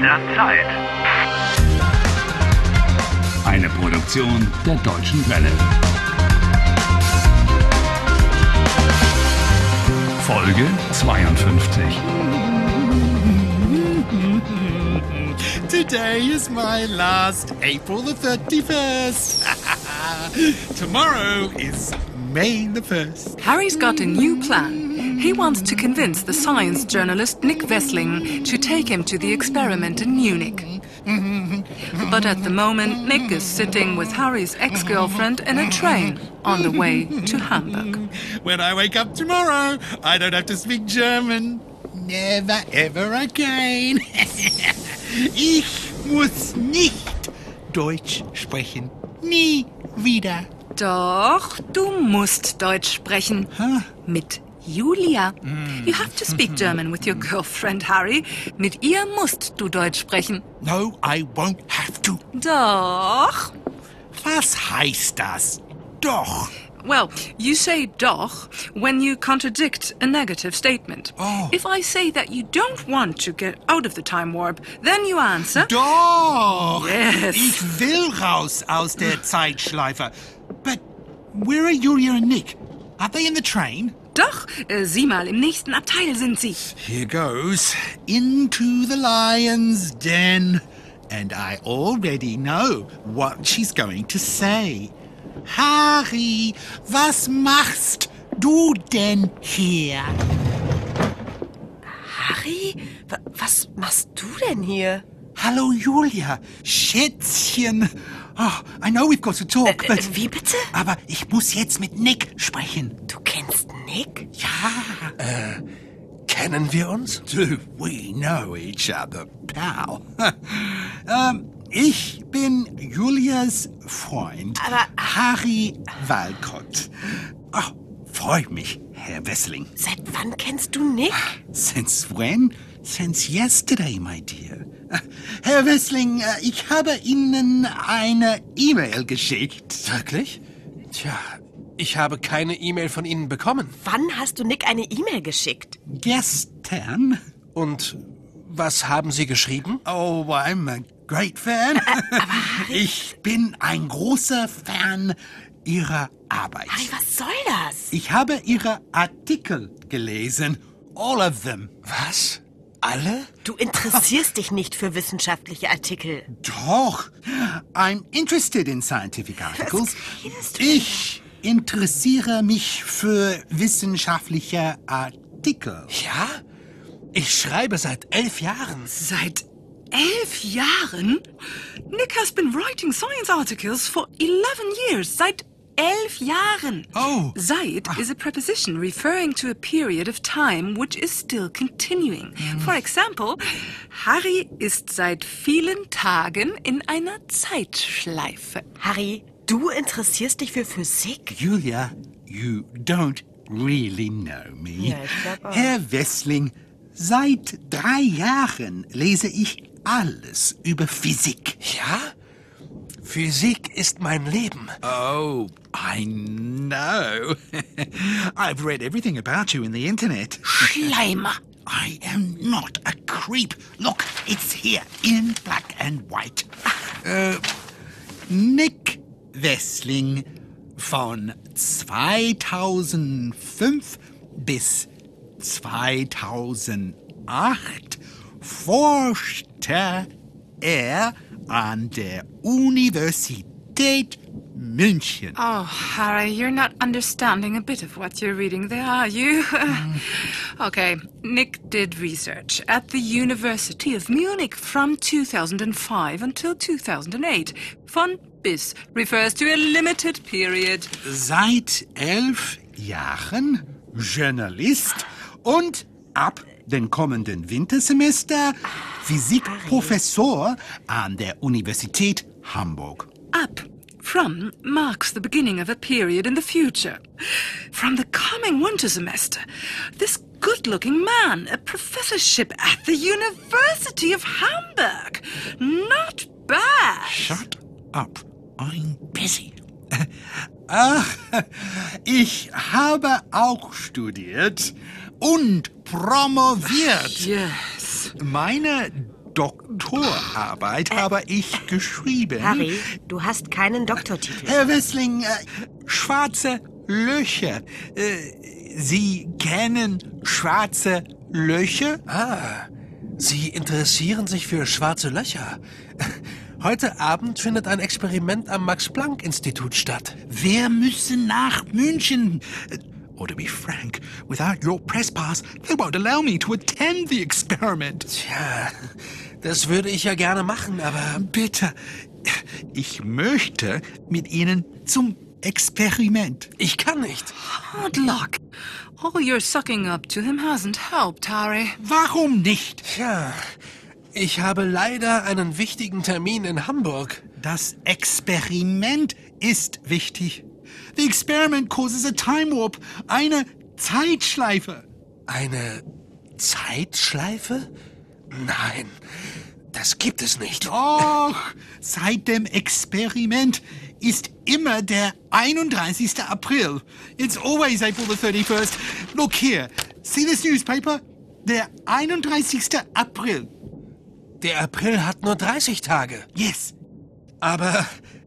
der Zeit. Eine Produktion der Deutschen Welle. Folge 52. Today is my last April the 31st. Tomorrow is May the 1st. Harry's got a new plan. He wants to convince the science journalist Nick Wessling to take him to the experiment in Munich. But at the moment, Nick is sitting with Harry's ex girlfriend in a train on the way to Hamburg. When I wake up tomorrow, I don't have to speak German. Never ever again. ich muss nicht Deutsch sprechen. Nie wieder. Doch, du musst Deutsch sprechen. Mit Julia. You have to speak German with your girlfriend, Harry. Mit ihr musst du Deutsch sprechen. No, I won't have to. Doch. Was heißt das? Doch. Well, you say doch when you contradict a negative statement. Oh. If I say that you don't want to get out of the time warp, then you answer. Doch. Yes. Ich will raus aus der Zeitschleife. But where are Julia and Nick? Are they in the train? Doch, äh, sieh mal, im nächsten Abteil sind sie. Here goes. Into the lion's den. And I already know what she's going to say. Harry, was machst du denn hier? Harry, wa- was machst du denn hier? Hallo, Julia. Schätzchen. Oh, I know we've got to talk, Äh, but... wie bitte? Aber ich muss jetzt mit Nick sprechen. Du kennst Nick? Ja. Kennen wir uns? Do we know each other, pal? ähm, ich bin Julias Freund, Aber- Harry Walcott. Oh, freut mich, Herr Wessling. Seit wann kennst du Nick? Since when? Since yesterday, my dear. Äh, Herr Wessling, äh, ich habe Ihnen eine E-Mail geschickt. Wirklich? Tja, ich habe keine E-Mail von Ihnen bekommen. Wann hast du Nick eine E-Mail geschickt? Gestern? Und was haben Sie geschrieben? Oh, I'm a great fan. Ich bin ein großer Fan Ihrer Arbeit. Harry, was soll das? Ich habe Ihre Artikel gelesen. All of them. Was? Alle? Du interessierst dich nicht für wissenschaftliche Artikel. Doch. I'm interested in scientific articles. redest du Ich interessiere mich für wissenschaftliche Artikel. Ja? Ich schreibe seit elf Jahren. Seit elf Jahren? Nick has been writing science articles for 11 years. Seit elf Jahren. Oh. Seit is a preposition referring to a period of time which is still continuing. For example, Harry ist seit vielen Tagen in einer Zeitschleife. Harry, du interessierst dich für Physik? Julia, you don't really know me. Ja, ich glaub auch. Herr Wessling, seit drei Jahren lese ich alles über Physik. Ja? Physik ist mein Leben. Oh, I know. I've read everything about you in the internet. Schleimer. I am not a creep. Look, it's here in black and white. Äh, Nick Wessling von 2005 bis 2008 forschte er an der Universität München. Oh, Harry, you're not understanding a bit of what you're reading there, are you? okay, Nick did research at the University of Munich from 2005 until 2008. Von bis refers to a limited period. seit elf Jahren Journalist und ab dem kommenden Wintersemester Physikprofessor an der Universität Hamburg. Up from marks the beginning of a period in the future. From the coming winter semester, this good looking man, a professorship at the University of Hamburg. Not bad. Shut up, I'm busy. Ach, ich habe auch studiert und promoviert. Yes. Meine Doktorarbeit habe ich geschrieben. Harry, du hast keinen Doktortitel. Herr Wessling, äh, schwarze Löcher. Äh, Sie kennen schwarze Löcher? Sie interessieren sich für schwarze Löcher. Heute Abend findet ein Experiment am Max-Planck-Institut statt. Wir müssen nach München. Or to be frank, without your press pass, they won't allow me to attend the experiment. Tja, das würde ich ja gerne machen, aber Bitte, ich möchte mit Ihnen zum Experiment. ich kann nicht. Hard luck. All your sucking up to him hasn't helped, Harry. Warum nicht? Tja, ich habe leider einen wichtigen Termin in Hamburg. Das Experiment ist wichtig. The experiment causes a time warp, eine Zeitschleife. Eine Zeitschleife? Nein, das gibt es nicht. Doch, seit dem Experiment ist immer der 31. April. It's always April the 31st. Look here. See this newspaper? Der 31. April. Der April hat nur 30 Tage. Yes. Aber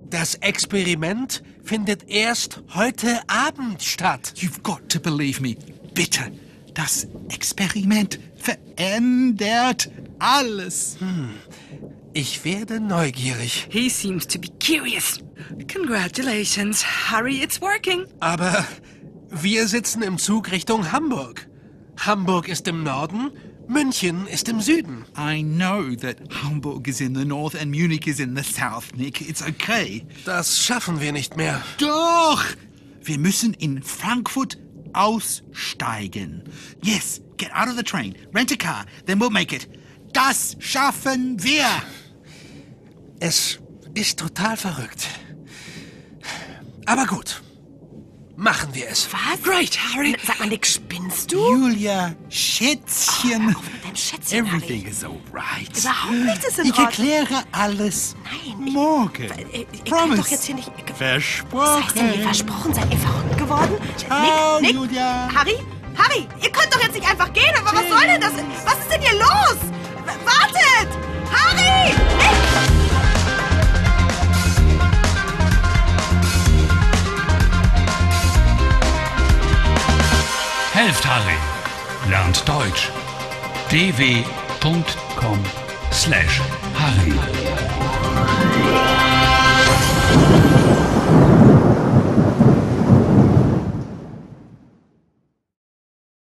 das Experiment findet erst heute Abend statt. You've got to believe me. Bitte. Das Experiment verändert alles. Ich werde neugierig. He seems to be curious. Congratulations, Harry, it's working. Aber wir sitzen im Zug Richtung Hamburg. Hamburg ist im Norden, München ist im Süden. I know that Hamburg is in the north and Munich is in the south, Nick. It's okay. Das schaffen wir nicht mehr. Doch! Wir müssen in Frankfurt aussteigen. Yes, get out of the train, rent a car, then we'll make it. Das schaffen wir! Es ist total verrückt. Aber gut, machen wir es. Was? Great, Harry. Sag mal, Nick, spinnst du? Ah, Julia, Schätzchen. Auf mit deinem Schätzchen, Harry. Everything is alright. Überhaupt nichts ist in Ich Ordnung. erkläre alles Nein, ich- Äh, morgen. Ich, ich kann Promise. doch jetzt hier nicht... Äh, Was heißt denn Versprochen. hier versprochen? Seid ihr verrückt geworden? Ciao, Nick, Nick, Julia. Harry, Harry, ihr könnt doch jetzt nicht einfach gehen. Aber was soll denn das? Was ist denn hier los? W wartet! Harry! Nick! Helft Harry. Lernt Deutsch. dw.com/harry.